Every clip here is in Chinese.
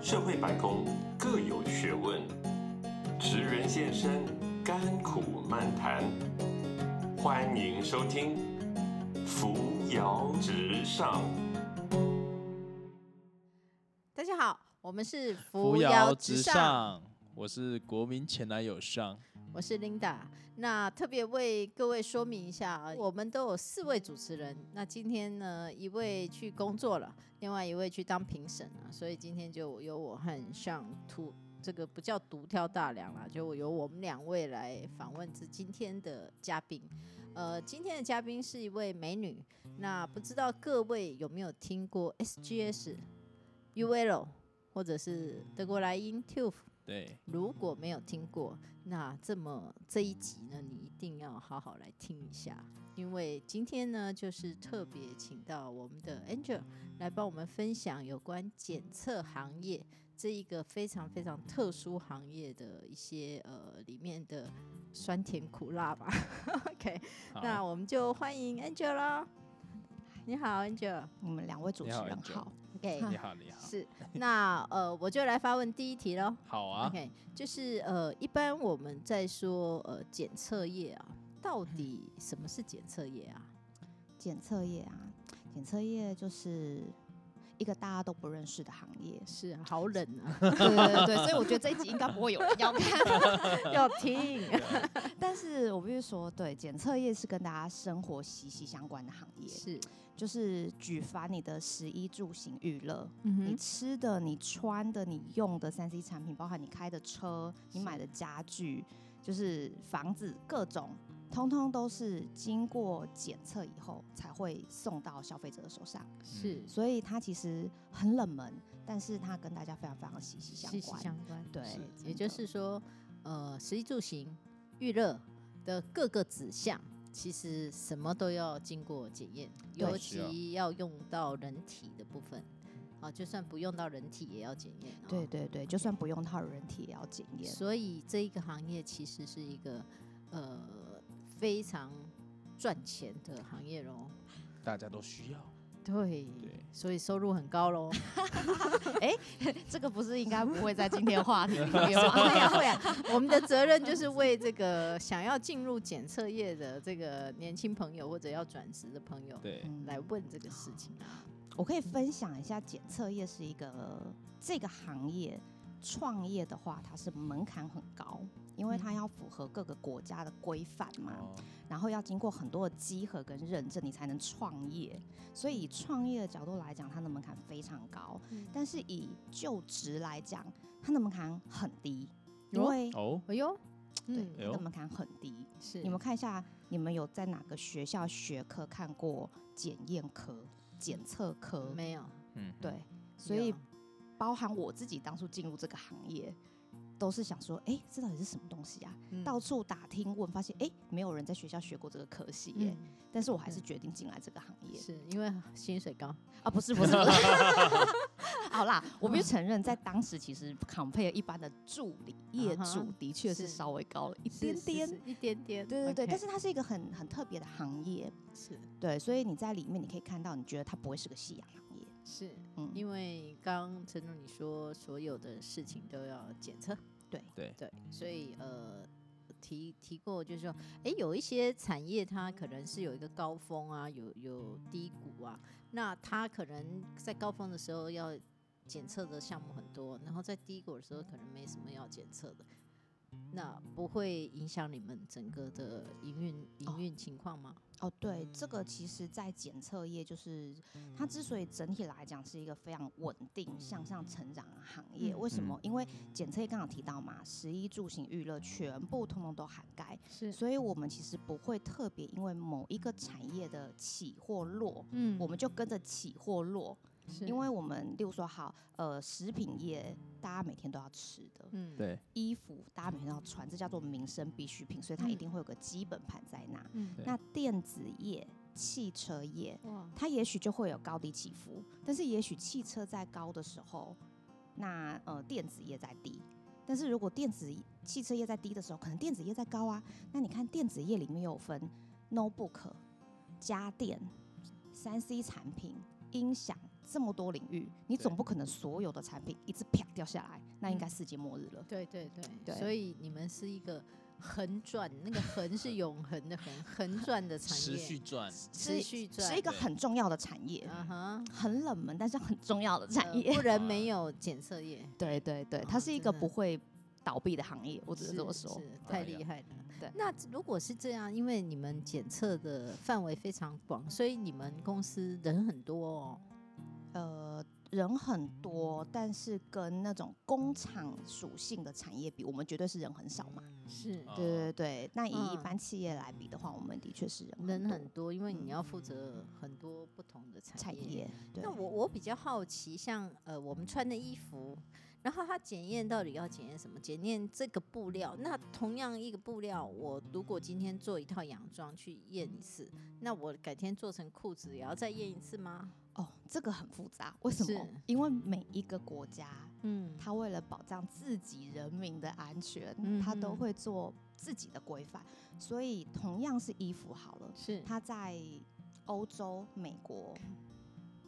社会百工各有学问，职人现身，甘苦漫谈。欢迎收听《扶摇直上》。大家好，我们是扶扶摇摇直直上，上，我是国民前男友上，我是 Linda。那特别为各位说明一下啊，我们都有四位主持人。那今天呢，一位去工作了，另外一位去当评审了，所以今天就由我和上图这个不叫独挑大梁啦，就由我们两位来访问这今天的嘉宾。呃，今天的嘉宾是一位美女，那不知道各位有没有听过 SGS、UL 或者是德国莱茵 TUF 对，如果没有听过，那这么这一集呢，你一定要好好来听一下，因为今天呢，就是特别请到我们的 Angel 来帮我们分享有关检测行业这一个非常非常特殊行业的一些呃里面的酸甜苦辣吧。OK，好，那我们就欢迎 Angel 啦。你好，Angel。我们两位主你持好人 Angel 好， OK，你好，你好， 啊是。那呃，我就来发问第一题喽。好啊， OK，就是呃，一般我们在说呃检测业啊，到底什么是检测业啊？。检测业啊，检测业就是一个大家都不认识的行业是啊好冷啊， 对对对，所以我觉得这一集应该不会有人要看。 要听。但是我必须说，对，检测业是跟大家生活息息相关的行业，是，就是举凡你的食衣住行娱乐。嗯你，吃的、你穿的、你用的三 C 产品，包含你开的车、你买的家具，就是房子各种，通通都是经过检测以后才会送到消费者的手上。是所以它其实很冷门，但是它跟大家非常非常息息相息息关。相关。对是真也就的是说，呃，食衣住行、娱乐的各个指向。其实什么都要经过检验，尤对是啊其要用到人体的部分，啊，就算不用到人体也要检验、哦。对对对，就算不用套人体也要检验。所以这一个行业其实是一个呃非常赚钱的行业喽。大家都需要，对对所以收入很高喽。 这个不是应该不会在今天话题里 面 会啊吗？会啊，我们的责任就是为这个想要进入检测业的这个年轻朋友或者要转职的朋友对，嗯来问这个事情啊。我可以分享一下，检测业是一个这个行业创业的话，它是门槛很高，因为它嗯要符合各个国家的规范嘛。哦，然后要经过很多的稽核跟认证，你才能创业。所以以创业的角度来讲，它的门槛非常高；嗯但是以就职来讲，它的门槛很低，因哟为、哦，哎呦，对嗯哎它呦的门槛很低。是你们看一下，你们有在哪个学校学科看过检验科、检测科？没有？嗯，对，所有以包含我自己当初进入这个行业，都是想说，哎，这到底是什么东西啊？嗯到处打听问，发现哎，诶没有人在学校学过这个科系耶。嗯但是我还是嗯决定进来这个行业是因为薪水高，啊，不是不是不 是，好啦，我必须承认，在当时其实 compare 一般的助理、业啊主哈的确是是稍微高了一是点是点，是一点点，对对对 OK，但是它是一个很很特别的行业，是对，所以你在里面你可以看到，你觉得它不会是个夕阳行业，是嗯，因为刚陈总你说所有的事情都要检测，对对对，所以呃提提过就是说，诶，有一些产业它可能是有一个高峰啊，有有低谷啊，那它可能在高峰的时候要检测的项目很多，然后在低谷的时候可能没什么要检测的。那不会影响你们整个的营运营哦运情况吗？哦，对，这个其实，在检测业就是它之所以整体来讲是一个非常稳定向上成长的行业，嗯为什嗯么？因为检测业刚好提到嘛，食衣住行娱乐全部通通都涵盖，是所以我们其实不会特别因为某一个产业的起或落。嗯我们就跟着起或落，因为我们，例如说，好，呃，食品业大家每天都要吃的，嗯对，衣服大家每天都要穿，这叫做民生必需品，所以它一嗯定会有个基本盘在那。嗯对那电子业、汽车业，哇它也许就会有高低起伏，但是也许汽车在高的时候，那呃电子业在低。但是如果电子汽车业在低的时候，可能电子业在高啊。那你看电子业里面有分 notebook、家电、三 C 产品、音响、这么多领域，你对总不可能所有的产品一直啪掉下来，那应该嗯世界末日了。对对对，对所以你们是一个横转，那个横是永恒的横，横转的产持业，续赚，持续转，是一个对嗯很重要的产业，啊哈，很冷门但是很重要的 产呃业。不 然没有检测业，对对对，它哦是一个真的不会倒闭的行业，我只能是这么说。嗯是太对啊厉害了。对那如果是这样，因为你们检测的范围非常广，所以你们公司人很多哦。呃，人很多，但是跟那种工厂属性的产业比，我们绝对是人很少嘛。是啊对对对，那以一嗯般企业来比的话，我们的确是人嗯很人多很多，因为你嗯要负责很多不同的产产业。业。对那我我比较好奇，像呃我们穿的衣服，然后它检验到底要检验什么？检验这个布料。那同样一个布料，我如果今天做一套洋装去验一次，那我改天做成裤子也要再验一次吗？哦，这个很复杂，为什么是？因为每一个国家，嗯，他为了保障自己人民的安全，嗯他都哼会做自己的规范。所以同样是衣服好了，是它在欧洲、美国、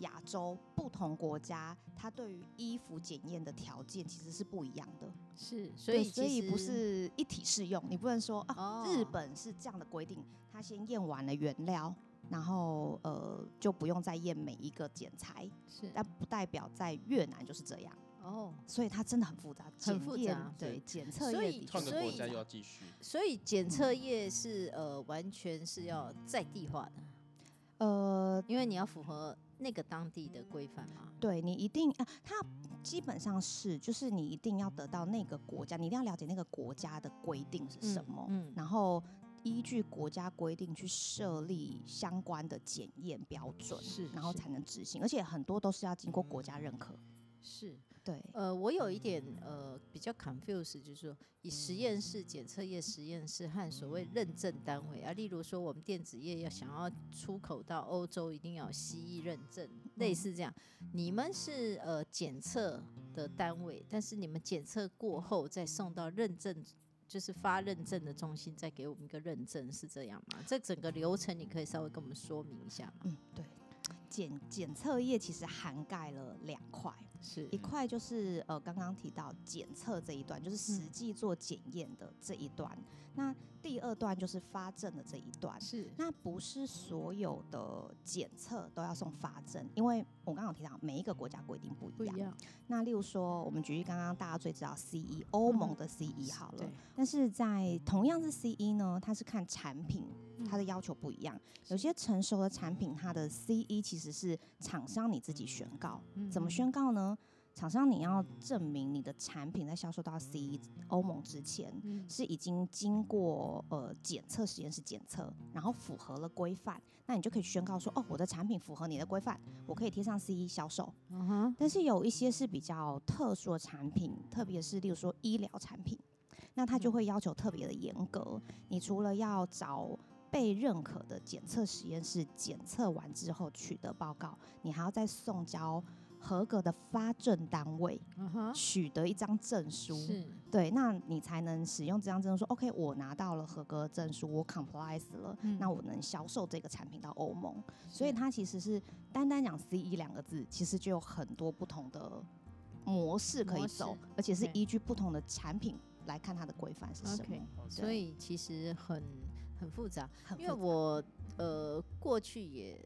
亚洲不同国家，它对于衣服检验的条件其实是不一样的，是，所对以所其以不实是一体适用。你不能说啊，哦日本是这样的规定，它先验完了原料。然后呃，就不用再验每一个剪裁，是但不代表在越南就是这样，哦，所以它真的很复杂，很检复验杂对是检测所验以的确换是所个国以家又要继续，所以检测业是呃完全是要在地化的，呃，因为你要符合那个当地的规范嘛。对你一定啊，它基本上是，就是你一定要得到那个国家，你一定要了解那个国家的规定是什嗯么，嗯然后依据国家规定去设立相关的检验标准，是然后是才能执行，而且很多都是要经过国家认可。是，对，呃，我有一点呃比较 confused，就是说以实验室、检测业、实验室和所谓认证单位啊，例如说我们电子业要想要出口到欧洲，一定要有 CE 认证，类似这样。你们是呃检测的单位，但是你们检测过后再送到认证。就是发认证的中心再给我们一个认证，是这样吗？这整个流程你可以稍微跟我们说明一下吗？嗯，对。检检测业其实涵盖了两块，是一块就是呃刚刚提到检测这一段，就是嗯实际做检验的这一段，那第二段就是发证的这一段，是那不是所有的检测都要送发证，因为我刚刚有提到每一个国家规定不不一一样。样，嗯那例如说，我们举例刚刚大家最知道 C E 欧盟的 C E 好了，但是在同样是 C E 呢，它是看产品，嗯它的要求不一样。有些成熟的产品，它的 C E 其实是厂商你自己宣告，嗯怎么宣告呢？厂商你要证明你的产品在销售到 C E 欧盟之前，嗯？是已经经过呃检测实验室检测，然后符合了规范，那你就可以宣告说，哦，我的产品符合你的规范，我可以贴上 CE 销售。嗯哼，但是有一些是比较特殊的产品，特别是例如说医疗产品，那它就嗯会要求特别的严格。你除了要找被认可的检测实验室检测完之后取得报告，你还要再送交合格的发证单位，嗯哼，取得一张证书。是对，那你才能使用这张证书。说 OK，我拿到了合格证书，我 complies 了，嗯那我能销售这个产品到欧盟。所以是它其实是单单讲 CE 两个字，其实就有很多不同的模式可以模式走，而且是对依据不同的产品来看它的规范是什 OK，么。所以其实很很复杂，很因为复杂我呃过去也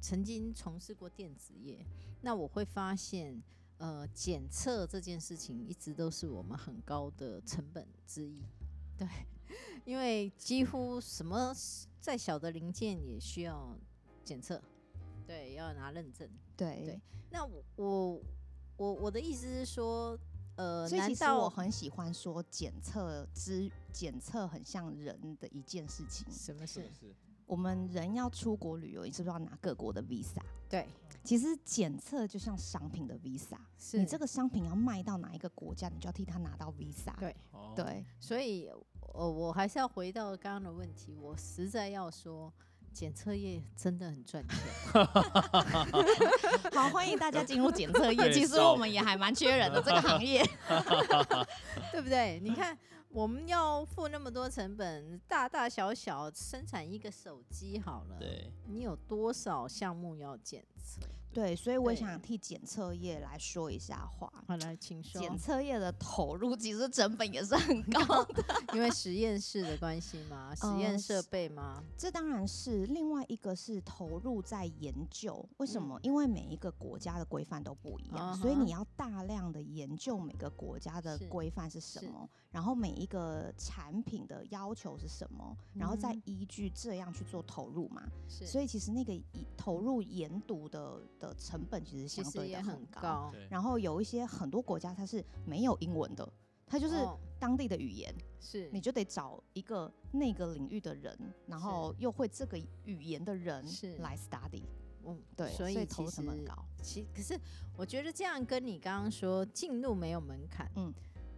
曾经从事过电子业，那我会发现。呃，检测这件事情一直都是我们很高的成本之一， 对，因为几乎什么再小的零件也需要检测，对，要拿认证。对那我我我我的意思是说，呃，所以难其实道我很喜欢说检测之检测很像人的一件事情。什么是事不？是？我们人要出国旅游，你是不是要拿各国的 visa？对，其实检测就像商品的 visa，是你这个商品要卖到哪一个国家，你就要替他拿到 visa。对，哦，对 所以呃，我还是要回到刚刚的问题，我实在要说。检测业真的很赚 钱，好，欢迎大家进入检测业。对其实少我们也还蛮缺人的这个行业。对不对？你看，我们要付那么多成本，大大小小生产一个手机好了，对你有多少项目要检测？对，所以我对想替检测业来说一下话。好，来，请说。检测业的投入其实成本也是很 高的，因为实验室的关系 吗？实验呃设是备吗？这当然是另外一个是投入在研究。为什嗯么？因为每一个国家的规范都不一样，所以啊哈你要大量的研究每个国家的是规范是什是么，然后每一个产品的要求是什么，然后再嗯依据这样去做投入嘛。是，所以以其实那个以投入研读的的成本其实其相实对也的很高。高，对然后有一些很多国家它是没有英文的，它就是哦当地的语言，是你就得找一个那个领域的人，然是后又会这个语言的人是来 study。嗯，对，所所以投其入成本很实高。其可是我觉得这样跟你刚刚说进入没有门槛，嗯嗯，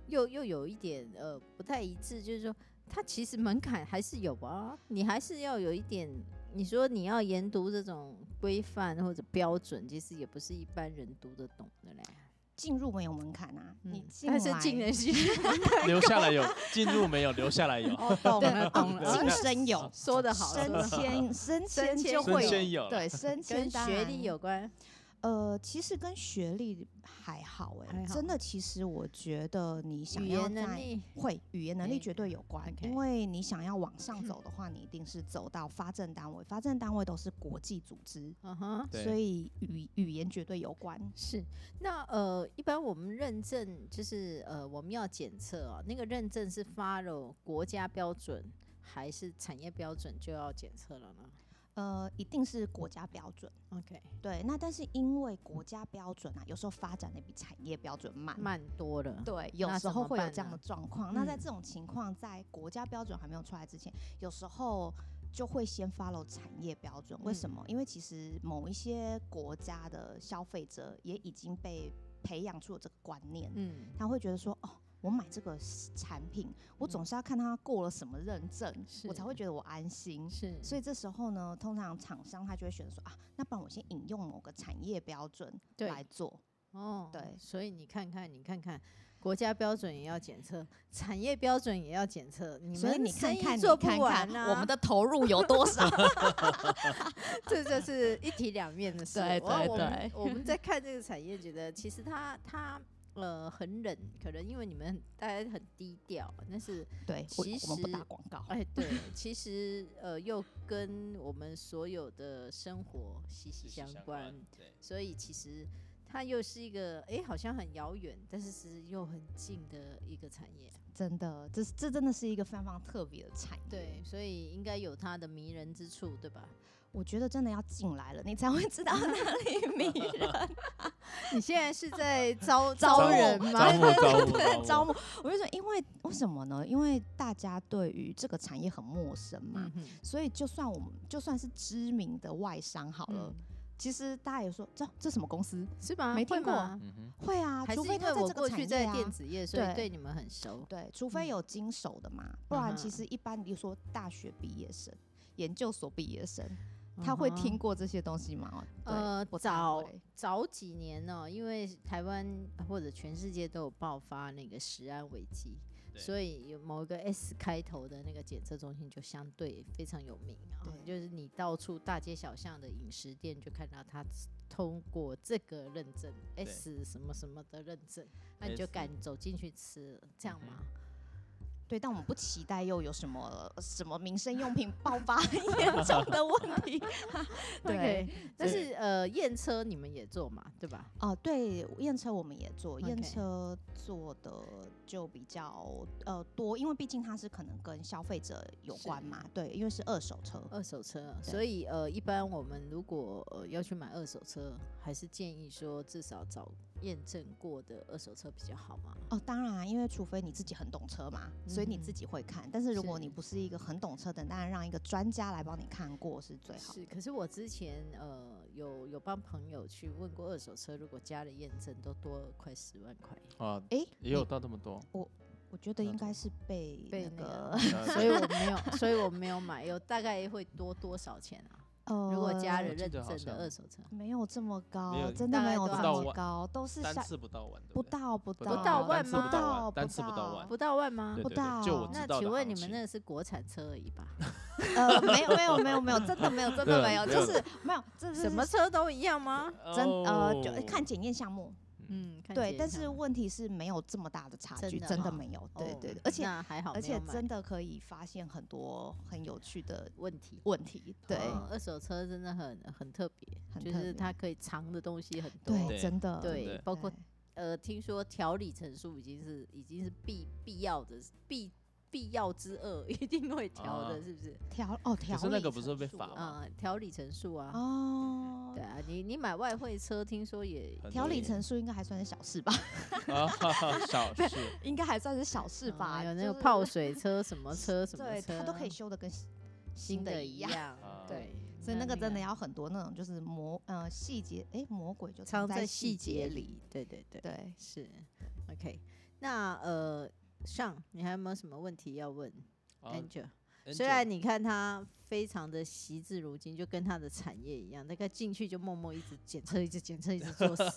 又又有一点呃不太一致，就是说它其实门槛还是有啊，你还是要有一点。你说你要研读这种规范或者标准，其实也不是一般人读得懂的嘞。进入没有门槛啊，你嗯进但是来进得去，留下 来有，进入没有，留下来有，。哦，懂对嗯了懂了， 晋升有 说得好，说得升好 迁，升升迁迁就会升迁有对，升跟迁当学然历有关，呃，其实跟学历还好哎、还好真的，其实我觉得你想语要言能在力会语言能力哎绝对有关， OK 因为你想要往上走的话，你一定是走到发证单位，发证单位都是国际组织，嗯哼。对所以语语言绝对有关。是，那呃，一般我们认证就是呃，我们要检测哦，那个认证是 follow 国家标准还是产业标准就要检测了呢呃，一定是国家标准， ？OK，对。那但是因为国家标准啊，有时候发展的比产业标准慢。慢多了，对，有那时怎候么会有办这样呢的状况。那在嗯这种情况，在国家标准还没有出来之前，有时候就会先 follow 产业标准。为什嗯么？因为其实某一些国家的消费者也已经被培养出了这个观念，嗯，他会觉得说，哦，我买这个产品，我嗯总是要看它过了什么认证，我才会是觉得我安心。是，所以以这时候呢，通常厂商他就会选择说啊，那不然我先引用某个产业标准对来做，哦，对所以你看看，你看看。国家标准也要检测，产业标准也要检测，你所以们你生看意看，你做不看完看啊！我们的投入有 多少？这就是一体两面的事。对哇对我们对我们在看这个产业，觉得其实它它呃很冷，可能因为你们很大家很低调，但是对，我其我们不实打广告。哎对，其实呃又跟我们所有的生活息息相关，，对，所以其实。它又是一个哎、好像很遥远，但是是又很近的一个产业，真的，这这真的是一个非常非常特别的产业。对，，嗯所以应该有它的迷人之处，对吧？我觉得真的要进来了，你才会知道哪 里迷人。你现在是在招招招募人吗？招募招募对，招募，募，我就说，因为为什么呢？因为大家对于这个产业很陌生嘛，嗯哼，所以就算我们就算是知名的外商好了，嗯其实大家也说这这什么公司？是吗？没会听过吗嗯哼，会啊，还是除非因他为我这过个产去业在啊电子业，所以对对你们很熟。对，除嗯非有经手的嘛，嗯不哼然其实一般你说大学毕业生、研究所毕业生，他会听过这些东西吗？对嗯呃不太早会早几年呢、因为台湾或者全世界都有爆发那个食安危机，对所以有某一个 S 开头的那个检测中心就相对非常有名啊、对就是你到处大街小巷的饮食店就看到它通过这个认证 S 什么什么的认证，那你就 S 敢走进去吃了，这样吗？对，但我们不期待又有什么什么民生用品爆发 严重的问 题。对 OK，但对是呃验车你们也做嘛，对吧？哦、对，验车我们也做，验 OK 车做的就比较呃多，因为毕竟它是可能跟消费者有是关嘛，对，因为是二手车。二手车，对所以呃，一般我们如果呃要去买二手车，还是建议说至少找验证过的二手车比较好嘛。哦，当然啊，因为除非你自己很懂车嘛，所以你嗯自己会看。但是如果是你不是一个很懂车的，当然让一个专家来帮你看过是最好的。是，可是我之前呃有有帮朋友去问过二手车，如果加了验证，都多快十万 块，啊，哎、也有到这么多，我觉得那应怎么该是被被那那个个嗯呃所以我没有，所以我没有买，有大概会多多少钱啊？呃，如果加了哦我记认得好证的像二手车，没有这么高有，真大的概没有多这少么万高，都是单小次不到万，对不对到不到到万单次不吗到万不单次不到万到不到万吗对？不对对就我到知那道的请问行你们情那个是国产车而已吧？呃，没有没有没 有没有，真的没有真的没有，啊没有 就是没有，这是什么车都一样 吗？真呃就哎哦看检验项目，嗯，看对起，来但像是问题是没有这么大的差真距，的真的吗没有，对哦对，对而且那还好没有买，而且真的可以发现很多很有趣的问题。问题，对哦二手车真的很很特别，很就特是别它可以藏的东西很多。对，对真的对对包括对呃，听说调理陈述已经是已经是必必要的必必要之恶， 一定会调的，啊是不是？调哦调可理是那个不是程被序罚哦吗？啊，调理陈述啊，哦对，啊，你你买外汇车，听说也很调多理年层数应该还算是小事吧，啊，哈哈少数 应该还算是小事啊吧，有那就个是泡水车什么车什么对，车，它都可以修的跟新新新的的一一样。啊对，所以那个真的要要很多那种就是魔呃细节，哎、魔鬼就藏在在细节节里。。对对对，对，是 OK。那呃，上你还有没有什么问题要问啊 Angel？ Angel 哎虽然你看他非常的惜字如金，就跟他的产业一样，大概进去就默默一直检测，一直检测，一直做 事。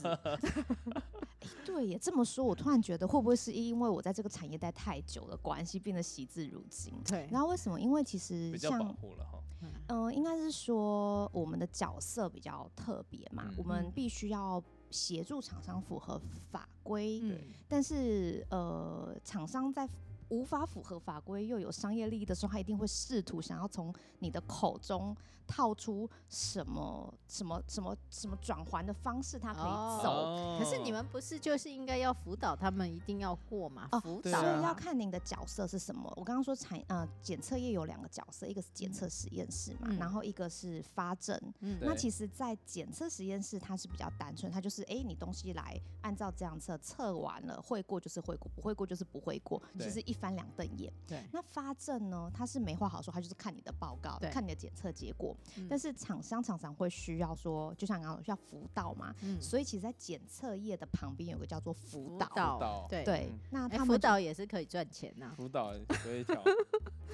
对耶，这么说，我突然觉得会不会是因为我在这个产业待太久的关系，变得惜字如金？对，然后为什么？因为其实比较保像，护了哈，嗯、应该是说我们的角色比较特别嘛，嗯我们必须要协助厂商符合法规，嗯，但是呃，厂商在无法符合法规又有商业利益的时候，他一定会试图想要从你的口中套出什么什么什么什么转环的方式，他可以走。哦嗯可是你们不是就是应该要辅导他们，一定要过嘛？哦辅对导所啊以要啊，看您的角色是什么。我刚刚说产呃检测业有两个角色，一个是嗯检测实验室嘛，嗯然后一个是发证。嗯对那其实，在检测实验室，它是比较单纯，它就是哎、诶你东西来按照这样测，测完了会过就是会过，不会过就是不会过，对其实一翻两瞪眼。对那发证呢，它是没话好说，它就是看你的报告对，看你的检测结果。嗯但是厂商常常会需要说，就像刚刚有需要辅导嘛，嗯所以其实，在检测业的旁边有个叫做辅导。导对对，嗯那哎他辅们就导也是可以赚钱啊呐。辅导可以调，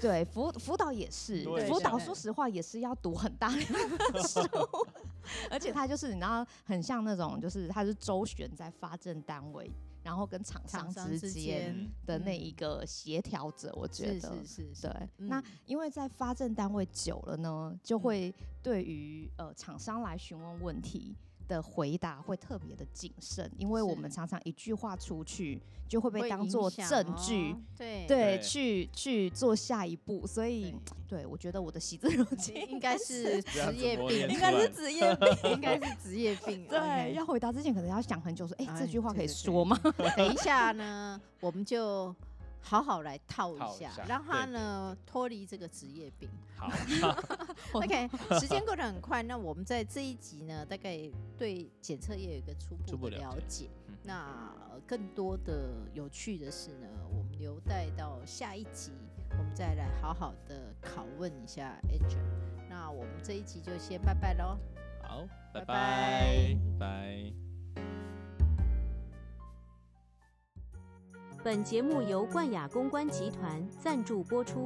对辅辅导也是对，辅像导那说实话也是要读很大量的书，而且他就是你知道，很像那种就是他是周旋在发证单位，然后跟厂厂商商之间间的那嗯一个协调者，我觉是得是是是，对。那嗯因为在发证单位久了呢，就会对于呃厂商来询问问题。的回答会特别的谨慎，因为我是们常常一句话出去就会被会当影做响证哦据，，对对，对去去做下一步，所以对对哎我觉得我的习字如金应该是这样职子业磨病，练应出该是来职业病， 应该是职业病。 对，要回答之前可能要想很久，说哎哎这句话对可以对对说吗？ OK，等一下呢， 我们就好好来套套一一下下，让他对对呢脱离这个职业 病。好， OK，时间过得很快，那我们在这一集呢，大概对检测业有一个初初步步的了了解解。嗯那呃更多的有趣的事呢，我们留待到下一集，我们再来好好的拷问一下 Angel。那我们这一集就先拜拜喽。好，拜拜拜拜拜。本节目由冠亚公关集团赞助播出。